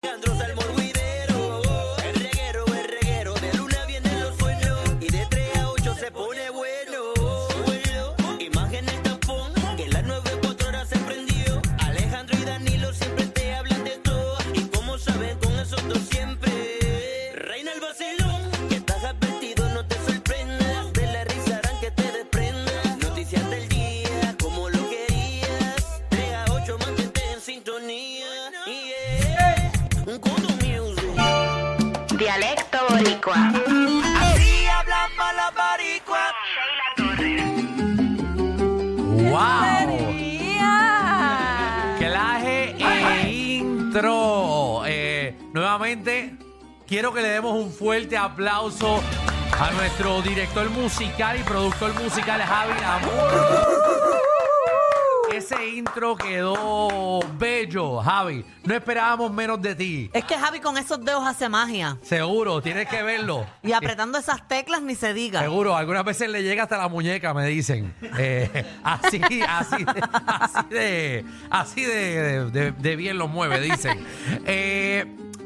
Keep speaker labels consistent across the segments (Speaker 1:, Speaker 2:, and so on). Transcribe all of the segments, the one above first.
Speaker 1: El reguero, el reguero, de luna vienen los sueños y de 3 a 8 se pone bueno. Bueno, imagen el tapón, que en las 9 4 horas se prendió. Alejandro y Danilo siempre te hablan de todo y como saben con esos dos siempre. Reina el vacilón, que estás advertido, no te sorprendas. De la risa harán que te desprendas. Noticias del día, como lo querías. 3 a 8 mantente en sintonía. Y es un condo music.
Speaker 2: Dialecto boricua.
Speaker 1: Así hablan malas baricuas.
Speaker 3: ¡Wow!
Speaker 4: Día.
Speaker 3: Claje e intro. Eh, nuevamente, quiero que le demos un fuerte aplauso a nuestro director musical y productor musical, Javi Amor. Ese intro quedó bello, Javi. No esperábamos menos de ti.
Speaker 4: Es que Javi con esos dedos hace magia.
Speaker 3: Seguro, tienes que verlo.
Speaker 4: Y apretando esas teclas ni se diga.
Speaker 3: Seguro, algunas veces le llega hasta la muñeca, me dicen. Eh, así, así, de- así de, así de, de- de bien lo mueve, dicen. Eh,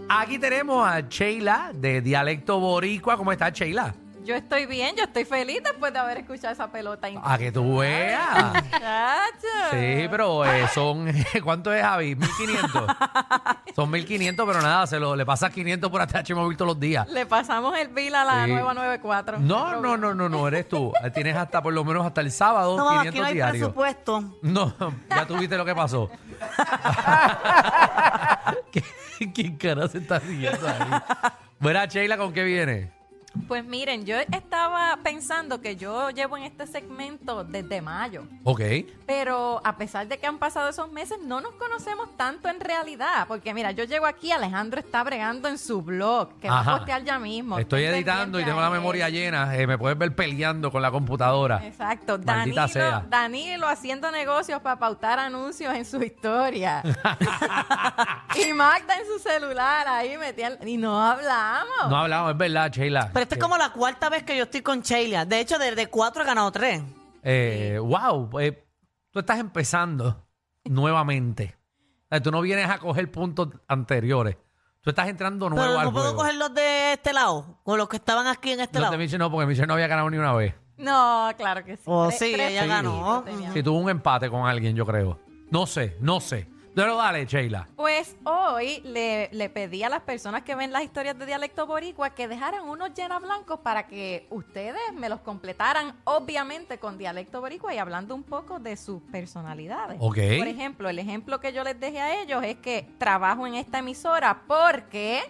Speaker 3: aquí tenemos a Sheila de Dialecto Boricua. ¿Cómo está Sheila?
Speaker 5: Yo estoy bien, yo estoy feliz después de haber escuchado esa pelota.
Speaker 3: A que tú veas.
Speaker 5: Chacho.
Speaker 3: Ah. Sí, pero eh, son, ¿cuánto es Javi? 1500. Son 1500, pero nada, se lo, le pasas 500 por ATH Móvil todos los días.
Speaker 5: Le pasamos el bill a la
Speaker 3: Sí.
Speaker 5: nueva 94.
Speaker 3: No, no, no, no, no, eres tú. Tienes hasta, por lo menos hasta el sábado,
Speaker 4: No,
Speaker 3: 500
Speaker 4: aquí no hay
Speaker 3: diarios.
Speaker 4: presupuesto.
Speaker 3: No, ya tuviste lo que pasó. ¿Qué- ¿Quién cara se está riendo ahí? Verá, Sheila, ¿con qué viene?
Speaker 5: Pues miren, yo estaba pensando que yo llevo en este segmento desde mayo.
Speaker 3: Ok.
Speaker 5: Pero a pesar de que han pasado esos meses, no nos conocemos tanto en realidad. Porque mira, yo llego aquí, Alejandro está bregando en su blog, que va
Speaker 3: Ajá.
Speaker 5: a postear ya mismo.
Speaker 3: Estoy
Speaker 5: Estén
Speaker 3: editando y
Speaker 5: pendientes
Speaker 3: tengo la
Speaker 5: a
Speaker 3: memoria
Speaker 5: eso.
Speaker 3: llena. Eh, me puedes ver peleando con la computadora.
Speaker 5: Exacto.
Speaker 3: Maldita
Speaker 5: Danilo,
Speaker 3: sea.
Speaker 5: Danilo haciendo negocios para pautar anuncios en su historia. y Magda en su celular ahí metía. el- Y no hablamos.
Speaker 3: No hablamos, es verdad, Sheila.
Speaker 4: Pero esta es como la cuarta vez que yo estoy con Sheila. De hecho, desde cuatro he ganado tres.
Speaker 3: Eh, wow, eh, tú estás empezando nuevamente. O sea, tú no vienes a coger puntos anteriores. Tú estás entrando nuevo
Speaker 4: Pero
Speaker 3: al
Speaker 4: no puedo
Speaker 3: juego.
Speaker 4: coger los de este lado, o los que estaban aquí en este
Speaker 3: No,
Speaker 4: lado.
Speaker 3: de Michelle no, porque Michelle no había ganado ni una vez.
Speaker 5: No, claro que sí.
Speaker 4: Oh,
Speaker 5: Tres-
Speaker 4: sí,
Speaker 5: tres
Speaker 4: ella ganó.
Speaker 5: puntitos tenía.
Speaker 3: Si tuvo un empate con alguien, yo creo. No sé, no sé. Pero dale, Sheila.
Speaker 5: Pues hoy le, le pedí a las personas que ven las historias de dialecto boricua que dejaran unos llena blancos para que ustedes me los completaran, obviamente, con dialecto boricua y hablando un poco de sus personalidades.
Speaker 3: Ok.
Speaker 5: Por ejemplo, el ejemplo que yo les dejé a ellos es que trabajo en esta emisora porque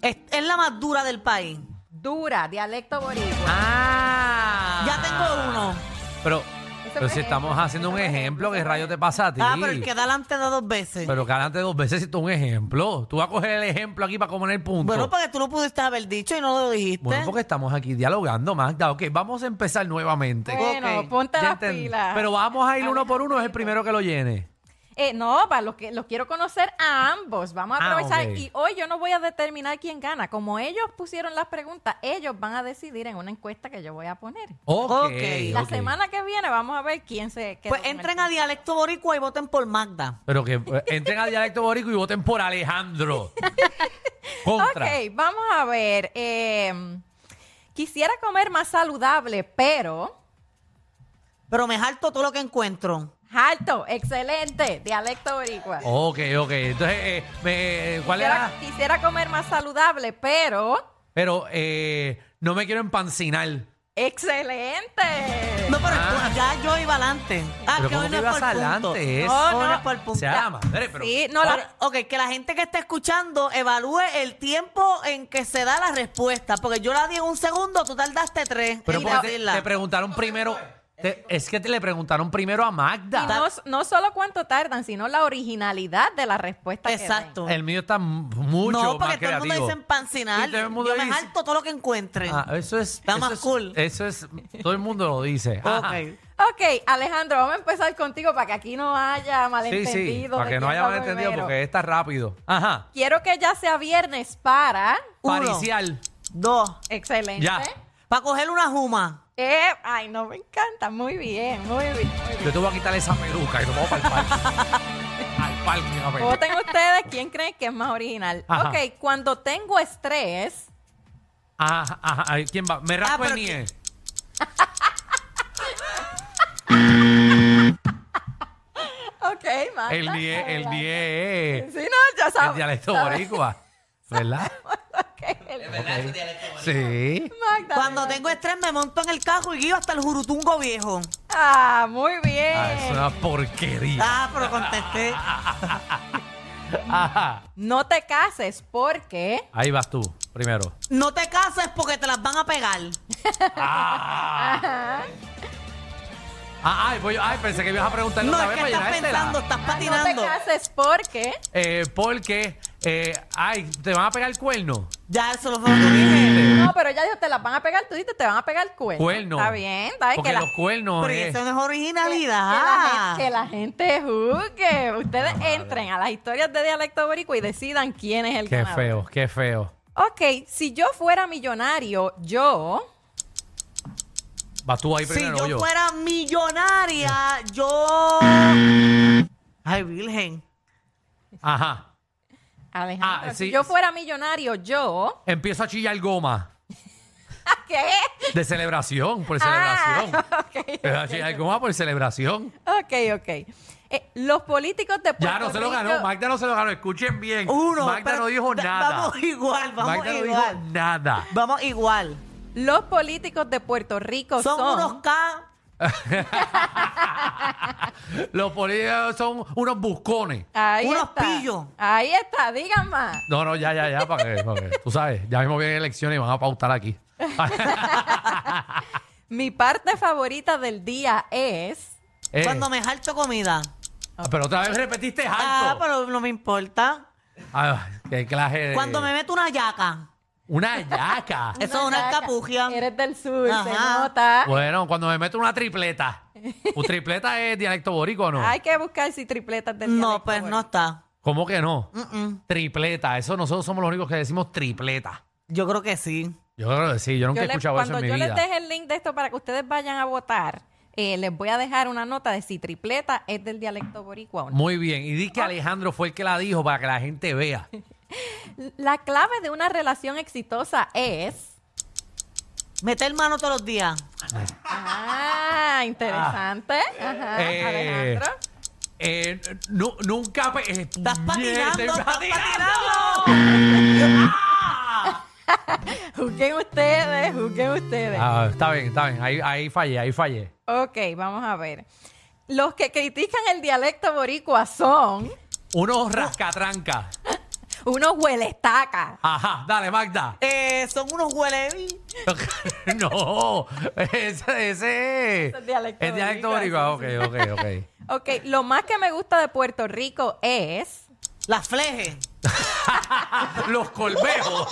Speaker 4: Es, es la más dura del país.
Speaker 5: dura dialecto boricua.
Speaker 3: Ah.
Speaker 4: Ya tengo uno.
Speaker 3: Pero, pero
Speaker 5: por
Speaker 3: si
Speaker 5: ejemplo,
Speaker 3: estamos haciendo un
Speaker 5: ese por
Speaker 3: ejemplo,
Speaker 5: ejemplo,
Speaker 3: ¿qué
Speaker 5: ese
Speaker 3: rayo
Speaker 5: por
Speaker 3: te pasa a ti?
Speaker 4: Ah, pero el que da adelante da dos veces.
Speaker 3: Pero que adelante dos veces esto es un ejemplo. Tú vas a coger el ejemplo aquí para comer el punto.
Speaker 4: bueno, pues, porque tú lo pudiste haber dicho y no lo dijiste.
Speaker 3: Bueno, porque estamos aquí dialogando, Magda. Ok, vamos a empezar nuevamente.
Speaker 5: Bueno,
Speaker 4: Ok,
Speaker 5: ponte
Speaker 3: Ya
Speaker 5: las
Speaker 3: entendí.
Speaker 5: pilas.
Speaker 3: Pero vamos a ir uno por uno, es el primero que lo llene.
Speaker 5: Eh, no, para los que los quiero conocer a ambos. Vamos a
Speaker 3: Ah,
Speaker 5: aprovechar.
Speaker 3: ok.
Speaker 5: Y hoy yo no voy a determinar quién gana. Como ellos pusieron las preguntas, ellos van a decidir en una encuesta que yo voy a poner.
Speaker 3: Ok.
Speaker 4: Ok.
Speaker 5: La
Speaker 3: ok.
Speaker 5: semana que viene vamos a ver quién se quedó
Speaker 4: Pues
Speaker 5: con el
Speaker 4: entren a Dialecto Boricua y voten por Magda.
Speaker 3: Pero que eh, entren a Dialecto Borico y voten por Alejandro. Contra.
Speaker 5: Ok, vamos a ver. eh, quisiera comer más saludable, pero
Speaker 4: Pero me jalto todo lo que encuentro.
Speaker 5: Alto, excelente, dialecto boricua.
Speaker 3: Ok, ok. Entonces, eh, me- ¿cuál
Speaker 5: Quisiera,
Speaker 3: era?
Speaker 5: quisiera comer más saludable, pero
Speaker 3: Pero eh, no me quiero empancinar.
Speaker 5: excelente.
Speaker 4: No, pero
Speaker 3: Ah.
Speaker 4: ya yo iba adelante. Ah,
Speaker 3: Pero
Speaker 4: que
Speaker 3: ¿cómo que
Speaker 4: hoy no es por
Speaker 3: ibas
Speaker 4: punto.
Speaker 3: adelante? Es-
Speaker 4: No,
Speaker 5: No,
Speaker 4: no
Speaker 5: no.
Speaker 4: es por punto.
Speaker 3: sea la madre, pero.
Speaker 5: sí, no,
Speaker 4: Ahora,
Speaker 5: la,
Speaker 4: ok, que la gente que está escuchando evalúe el tiempo en que se da la respuesta. Porque yo la di en un segundo, tú tardaste tres
Speaker 3: Pero
Speaker 4: en
Speaker 3: porque te,
Speaker 4: decirla.
Speaker 3: te preguntaron primero. te- es que te le preguntaron primero a
Speaker 5: y
Speaker 3: Magda.
Speaker 5: no, no solo cuánto tardan, sino la originalidad de la respuesta. que den.
Speaker 4: Exacto.
Speaker 3: El mío está m- mucho
Speaker 4: no,
Speaker 3: más
Speaker 4: porque todo el mundo
Speaker 3: creativo.
Speaker 4: dice empancinar.
Speaker 3: Sí, todo el mundo
Speaker 4: Yo me
Speaker 3: dice-
Speaker 4: salto todo lo que encuentre.
Speaker 3: Ah, eso es.
Speaker 4: Está
Speaker 3: eso
Speaker 4: más
Speaker 3: es-
Speaker 4: cool.
Speaker 3: Eso es. Todo el mundo lo dice. Ajá.
Speaker 4: Ok.
Speaker 5: Ok, Alejandro, vamos a empezar contigo para que aquí no haya
Speaker 3: Sí,
Speaker 5: malentendido.
Speaker 3: sí.
Speaker 5: de
Speaker 3: Para que
Speaker 5: quién
Speaker 3: no haya
Speaker 5: va
Speaker 3: malentendido,
Speaker 5: primero.
Speaker 3: porque está rápido. Ajá.
Speaker 5: Quiero que ya sea viernes para.
Speaker 4: Uno.
Speaker 3: Paricial.
Speaker 4: Dos.
Speaker 5: Excelente.
Speaker 3: Ya.
Speaker 4: Para coger una juma.
Speaker 5: Eh, ay, no, me encanta. Muy bien, muy bien. muy bien.
Speaker 3: Yo te voy a quitar esa peluca y nos vamos para el parque. al parque, a ver.
Speaker 5: Voten ustedes quién creen que es más original.
Speaker 3: Ajá.
Speaker 5: Ok, cuando tengo estrés,
Speaker 3: Ajá, ajá, ay, ¿Quién va? Me rasco
Speaker 4: Ah, pero
Speaker 3: el nie.
Speaker 5: ok, Magda.
Speaker 4: Ah,
Speaker 3: El nie, el nie es
Speaker 5: Sí, no, ya sabes.
Speaker 3: el dialecto
Speaker 5: sabes.
Speaker 3: boricua. ¿Verdad?
Speaker 5: Ok, el-
Speaker 3: Ok. Sí.
Speaker 5: Magda.
Speaker 4: Cuando tengo estrés me monto en el carro y guío hasta el jurutungo viejo.
Speaker 5: Ah, muy bien.
Speaker 4: Eh.
Speaker 3: Ah, es una porquería.
Speaker 4: Ah, pero contesté.
Speaker 3: Ajá.
Speaker 5: No te cases porque.
Speaker 3: Ahí vas tú, primero.
Speaker 4: No te cases porque te las van a pegar.
Speaker 3: Ah. Ah, ay, voy yo- ay, pensé que me ibas a preguntarle
Speaker 4: No,
Speaker 3: otra
Speaker 4: es
Speaker 3: vez
Speaker 4: que
Speaker 3: para
Speaker 4: estás
Speaker 3: llenártela.
Speaker 4: pensando, estás
Speaker 5: No te
Speaker 4: patinando.
Speaker 5: cases porque.
Speaker 3: Eh, porque, eh, ay, te van a pegar el cuerno.
Speaker 4: Ya, eso lo fue lo que dije.
Speaker 5: No, pero ya dijo, te las van a pegar, tú dices, te van a pegar el cuerno.
Speaker 3: Cuerno.
Speaker 5: Está bien, está bien.
Speaker 3: Porque
Speaker 5: Que la,
Speaker 3: los cuernos.
Speaker 4: Pero
Speaker 3: es-
Speaker 4: eso no es
Speaker 5: que la
Speaker 4: originalidad.
Speaker 5: gen- que la gente juzgue. Ustedes entren a las historias de dialecto boricua y decidan quién es el
Speaker 3: Qué
Speaker 5: ganador.
Speaker 3: feo, qué feo.
Speaker 5: Ok, si yo fuera millonario, yo.
Speaker 3: Vas tú ahí
Speaker 4: Si
Speaker 3: primero,
Speaker 4: yo,
Speaker 3: o yo.
Speaker 4: fuera millonaria, yo. Ay, virgen.
Speaker 3: Ajá.
Speaker 5: Alejandro,
Speaker 3: Ah, sí,
Speaker 5: si yo
Speaker 3: sí.
Speaker 5: fuera millonario, yo. ¿Ah,
Speaker 3: Empiezo a chillar goma.
Speaker 5: ¿Qué?
Speaker 3: De celebración, por
Speaker 5: Ah,
Speaker 3: celebración. Empiezo a chillar goma por celebración.
Speaker 5: Ok, ok. Eh, los políticos de Puerto
Speaker 3: Ya no se lo
Speaker 5: Rico-
Speaker 3: ganó, Magda no se lo ganó. Escuchen bien.
Speaker 4: Uno.
Speaker 3: Magda
Speaker 4: pero
Speaker 3: no dijo
Speaker 4: da-
Speaker 3: nada.
Speaker 4: Vamos igual, vamos
Speaker 3: Magda no
Speaker 4: igual.
Speaker 3: dijo nada.
Speaker 4: Vamos igual.
Speaker 5: Los políticos de Puerto Rico son.
Speaker 4: Son unos K.
Speaker 3: Los políticos son unos buscones.
Speaker 5: Ahí
Speaker 4: unos
Speaker 5: está.
Speaker 4: pillos.
Speaker 5: Ahí está, digan más.
Speaker 3: No, no, ya, ya, ya, para que, para que- tú sabes, ya mismo vienen elecciones y van a pautar aquí.
Speaker 5: Mi parte favorita del día es.
Speaker 3: Eh,
Speaker 4: Cuando me jalto comida.
Speaker 3: ah, Pero otra vez repetiste alto.
Speaker 4: Ah, pero no me importa.
Speaker 3: Ah, qué clase de-
Speaker 4: Cuando me meto una yaca.
Speaker 3: Una yaca.
Speaker 4: Eso es Eh. una
Speaker 5: yaca.
Speaker 4: escapugia.
Speaker 5: Eres del sur, se
Speaker 4: Ajá.
Speaker 5: nota.
Speaker 3: bueno, cuando me meto una tripleta. ¿Un tripleta es dialecto borico o no?
Speaker 5: Hay que buscar si tripletas del
Speaker 4: No,
Speaker 5: dialecto
Speaker 4: pues no
Speaker 5: boricua.
Speaker 4: está.
Speaker 3: ¿Cómo que no?
Speaker 4: Mm-mm.
Speaker 3: Tripleta. Eso nosotros somos los únicos que decimos tripleta.
Speaker 4: Yo creo que sí.
Speaker 3: Yo creo que sí, yo nunca
Speaker 5: Yo
Speaker 3: he
Speaker 5: le-
Speaker 3: escuchado eso
Speaker 5: cuando
Speaker 3: en mi
Speaker 5: yo
Speaker 3: vida.
Speaker 5: les deje el link de esto para que ustedes vayan a votar, eh, les voy a dejar una nota de si tripleta es del dialecto boricua o no.
Speaker 3: Muy bien. Y di que Alejandro fue el que la dijo para que la gente vea.
Speaker 5: La clave de una relación exitosa es.
Speaker 4: Meter mano todos los días.
Speaker 5: Ah, interesante. Ajá,
Speaker 3: Eh,
Speaker 5: Alejandro.
Speaker 3: Eh, nu- nunca. pe- eh,
Speaker 4: Estás
Speaker 3: puñeta,
Speaker 4: patinando, estás
Speaker 3: patinando!
Speaker 5: Juzguen ustedes, juzguen ustedes.
Speaker 3: Ah, está bien, está bien. Ahí, ahí fallé, ahí fallé.
Speaker 5: Ok, vamos a ver. Los que critican el dialecto boricua son
Speaker 3: Unos rascatranca.
Speaker 5: unos huelestacas.
Speaker 3: Ajá, dale, Magda.
Speaker 4: Eh, son unos huele.
Speaker 3: no, ese, ese es.
Speaker 5: Es dialecto
Speaker 3: Es dialecto
Speaker 5: boricua,
Speaker 3: boricua. Ok, ok, ok.
Speaker 5: Ok, lo más que me gusta de Puerto Rico es
Speaker 4: Las flejes.
Speaker 3: Los colvejos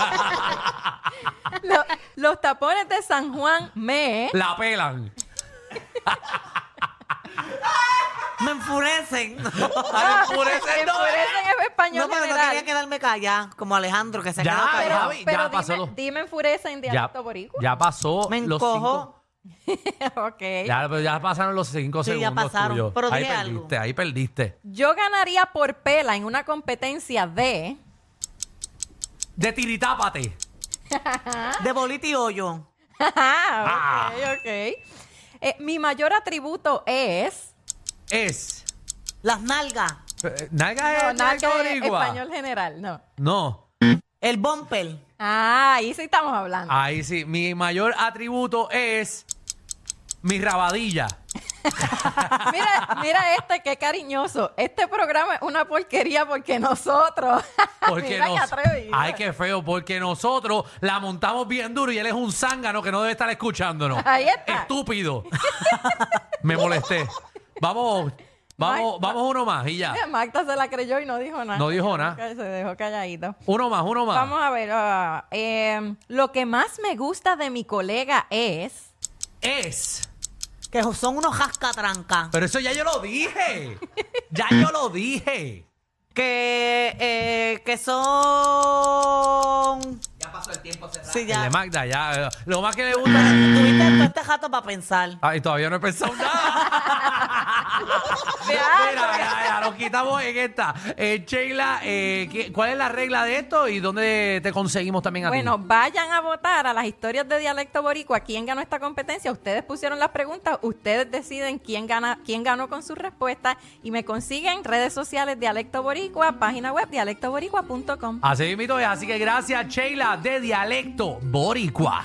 Speaker 5: lo- los tapones de San Juan me...
Speaker 3: la pelan.
Speaker 4: Me enfurecen. Ah,
Speaker 3: Al enfurecer, no.
Speaker 5: Enfurecen Ah, en español
Speaker 4: No, pero no
Speaker 5: general.
Speaker 4: quería quedarme callada, como Alejandro, que se ha
Speaker 3: Ya,
Speaker 4: quedado
Speaker 5: Pero,
Speaker 4: callado.
Speaker 3: Javi,
Speaker 5: pero
Speaker 3: ya
Speaker 5: dime,
Speaker 3: pasó lo-
Speaker 5: dime enfurece en
Speaker 3: Ya,
Speaker 5: dialecto boricua.
Speaker 3: ya pasó
Speaker 4: Me
Speaker 3: los
Speaker 4: encojo.
Speaker 3: cinco.
Speaker 5: ok.
Speaker 3: Ya,
Speaker 5: Eh,
Speaker 3: pero ya pasaron los cinco
Speaker 4: Sí, ya
Speaker 3: segundos
Speaker 4: pasaron,
Speaker 3: tuyos.
Speaker 4: pero
Speaker 3: ahí
Speaker 4: dije algo.
Speaker 3: perdiste, ahí perdiste.
Speaker 5: Yo ganaría por pela en una competencia de...
Speaker 3: De tiritápate.
Speaker 4: De bolita y hoyo.
Speaker 5: Ah,
Speaker 3: Ah.
Speaker 5: Ajá, ok, ok. Eh, mi mayor atributo es...
Speaker 3: es.
Speaker 4: Las nalgas,
Speaker 3: eh, Nalga es
Speaker 5: No,
Speaker 3: dialecto
Speaker 5: nalga es
Speaker 3: boricua.
Speaker 5: español general, no.
Speaker 3: No,
Speaker 4: el bumper,
Speaker 5: Ah, ahí sí estamos hablando.
Speaker 3: ahí sí. Mi mayor atributo es mi rabadilla.
Speaker 5: Mira, mira este, qué cariñoso. Este programa es una porquería porque nosotros.
Speaker 3: Porque
Speaker 5: mira qué
Speaker 3: nos-
Speaker 5: atrevido.
Speaker 3: Ay, qué feo, porque nosotros la montamos bien duro y él es un zángano que no debe estar escuchándonos.
Speaker 5: Ahí está.
Speaker 3: Estúpido. Me molesté. Vamos, vamos,
Speaker 5: Mar-
Speaker 3: vamos uno más y ya.
Speaker 5: Mira, Magda se la creyó y no dijo nada.
Speaker 3: No dijo
Speaker 5: Se
Speaker 3: nada.
Speaker 5: dejó ca- Se dejó calladito.
Speaker 3: Uno más, uno más.
Speaker 5: Vamos a ver. ah, eh, lo que más me gusta de mi colega es.
Speaker 3: Es.
Speaker 4: que son unos jascatrancas.
Speaker 3: Pero eso ya yo lo dije. Ya yo lo dije.
Speaker 4: Que, eh, que son. Ya pasó el tiempo, se Sí,
Speaker 3: El
Speaker 4: ya.
Speaker 3: de Magda, ya. eh, Lo más que le gusta.
Speaker 4: Tuviste todo este rato para pensar.
Speaker 3: Ay, Ah, todavía no he pensado nada. Mira, ya, ya, lo quitamos en esta. Eh, Sheila, eh, ¿qué- ¿cuál es la regla de esto y dónde te conseguimos también a ti?
Speaker 5: Bueno, vayan a votar a las historias de dialecto boricua. ¿Quién ganó esta competencia? Ustedes pusieron las preguntas, ustedes deciden quién gana, quién ganó con sus respuestas y me consiguen redes sociales dialecto boricua, página web dialectoboricua.com.
Speaker 3: Así mismo es, así que gracias Sheila de Dialecto Boricua.